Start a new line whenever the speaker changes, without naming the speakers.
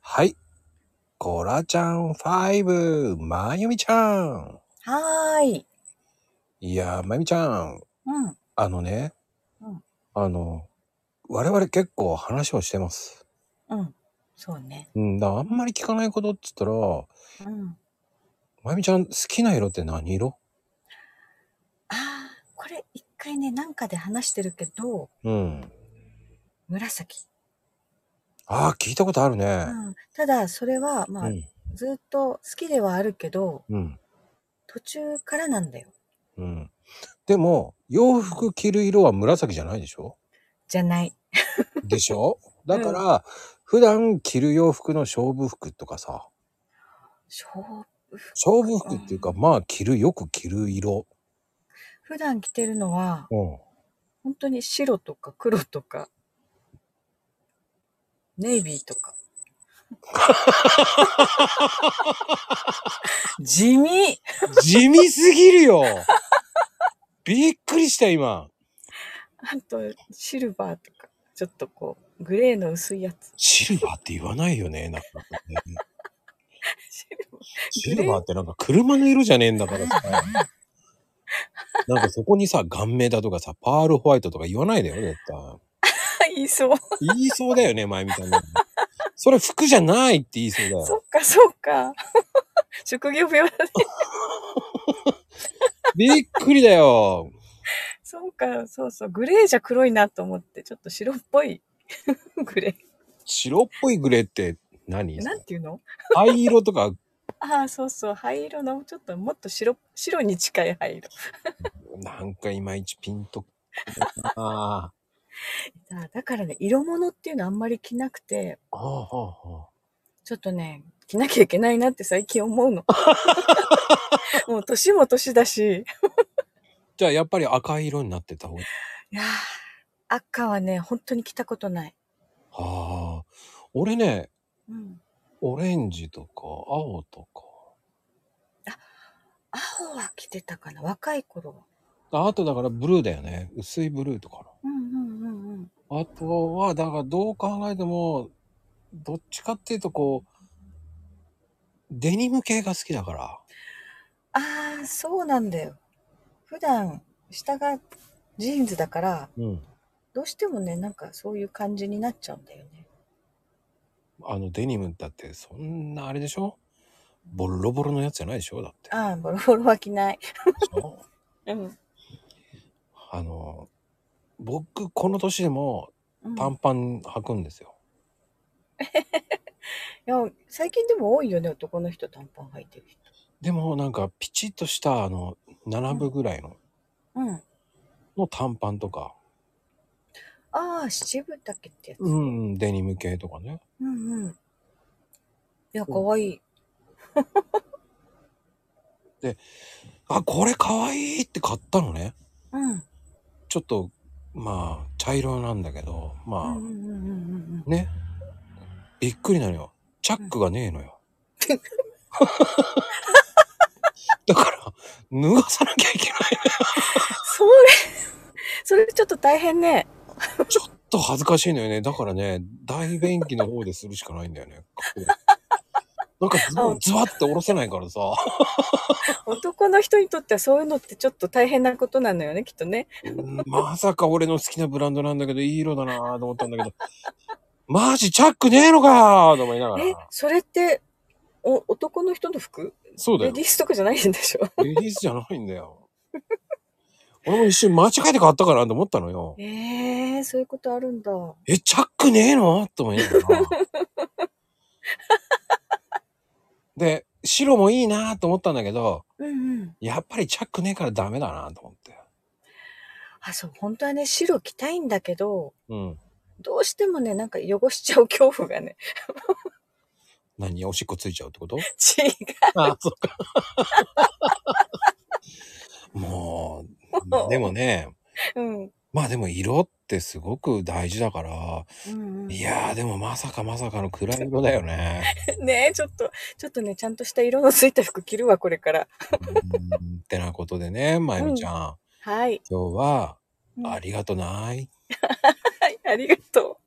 はい。コラちゃん5、まゆみちゃん。
はーい。
いやー、まゆみちゃん、
うん。
あのね、
うん
あの、我々結構話をしてます。
うん。そうね。
うん、だからあんまり聞かないことっつったら、
うん。
まゆみちゃん好きな色って何色
あー、これ一回ね、なんかで話してるけど、
うん。
紫。
ああ、聞いたことあるね
う。ん。ただ、それは、
う
まあ、
ん。
ずっと好きではあるけど、
うん。
途中からなんだよ。
うん。でも、洋服着る色は紫じゃないでしょ
じゃない。
でしょだから、普段着る洋服の勝負服とかさ、
そう。
勝負服っていうか、まあ着る、よく着る色。
普段着てるのは、
うん。
本当に白とか黒とか、ネイビーと か。地味
地味すぎるよびっくりした今。
あと、シルバーとか、ちょっとこう、グレーの薄いやつ。
シルバーって言わないよね、なんか、ね。
シルバー
シルバーってなんか車の色じゃねえんだからさ。なんかそこにさ、顔面だとかさ、パールホワイトとか言わないでよ、絶対。
言いそう。
言いそうだよね、前みたいな。それ服じゃないって言いそうだ
そ
よ。
っか、そっか。 職業病だね。
びっくりだよ。
そうか、そうそう。グレーじゃ黒いなと思って、ちょっと白っぽい グレ
白っぽいグレーって何
ー。なんていうの
灰色とか、
ああ、そうそう。灰色の、ちょっともっと白、白に近い灰色。
なんかいまいちピンと。 あ
あだからね、色物っていうのあんまり着なくて、
あ、ああ、ああ。
ちょっとね、着なきゃいけないなって最近思うの。もう年も年だし。
じゃあやっぱり赤い色になってた方が
いやー赤はね、本当に着たことない。
ああ。俺ね、
うん。
オレンジとか青と
青は着てたかな、若い頃は。
か。ああとだからブルーだよね。薄いブルーとか
うんうんうんうん。
な。あとは、だからどう考えても、どっちかっていうとこう、デニム系が好きだから。
ああ、そうなんだよ。普段、下がジーンズだから、
うん。
どうしてもね、なんかそういう感じになっちゃうんだよね。
あのデニムだってそんなあれでしょボロボロのやつじゃないでしょだ って。
ああ、ボロボロは着ない。
でしょ
うん。
あの、僕この年でも
うん、
短パン履くんですよ。
いや最近でも多いよね、男の人短パン履いてる人。
でもなんかピチッとしたあの7分ぐらいの
うん。
の短パンとか、
ああ、七分丈ってやつ。
う。ん、デニム系とかね。
うんうん。いや、かわいい。
あ、これ可愛いって買ったのね。
うん。
ちょっと、まあ、茶色なんだけど、
う
ま
んうんうんうんうん
あ、ね。びっくりなのよ。チャックがねえのよ。 だから、脱がさなきゃいけない。
それ、それちょっと大変ね。
ちょっと恥ずかしいのよね。だからね、大便器の方でするしかないんだよね。なんかズワ
うん
ズワって下ろせないからさ。
男の人にとってはそういうのってちょっと大変なことなのよね、きっとね。
うんまさか俺の好きなブランドなんだけど、いい色だなぁと思ったんだけど、マジチャックねえのかよと思いなが
え
ら。、
それって、お男の人の服
そうだ
レ
よ。
デ
レ
ィースとかじゃないんでし ょ
ディースじゃないんだよ。俺も一瞬間違えて買ったかなと思ったのよ。
えー、そういうことあるんだ。
え、チャックねえのと思いながら。で、白もいいなぁと思ったんだけど、
うんうん。
やっぱりチャックねえからダメだなぁと思って。
あ、そう、本当はね、白着たいんだけど、
うん。
どうしてもね、なんか汚しちゃう恐怖がね。
何おしっこついちゃうってこと
違
あ、そっか。もう、でもね、
う。うん。
まあでも色ってすごく大事だから、
うんうん、
いやーでもまさかまさかの暗い色だよね。
ねえ、ちょっと、ちょっとね、ちゃんとした色のついた服着るわ、これから。
うんってなことでね、まゆみちゃん、
はい。
今日は
うん
ありがとない。
はい、ありがと